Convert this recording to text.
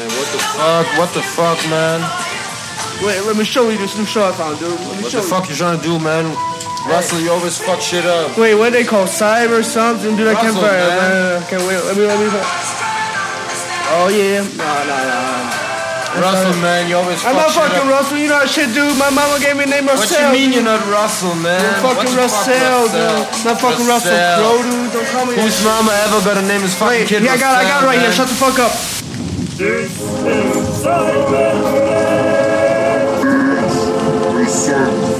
Fuck, what the fuck, man? Wait, let me show you this new show I found, dude. Let me What show the fuck you trying to do, man? Russell, you always fuck shit up. you. Wait, what they call cyber something, dude? I can't Russell, find it. man. Uh, Okay, wait, let me, let me. Oh yeah, nah, nah, nah. Russell, man, you always fuck I'm not shit fucking up. Russell. You know that shit, dude. My mama gave me the name What Russell. you mean you're not Russell, man? You're What fucking you fuck Russell, dude. Not fucking Russell Crowe, dude. Don't call me that. Whose mama ever got a name as fucking Wait, kid yeah, I got, I Russell, got it right here. man? Shut the fuck up. This is Cyberman. This is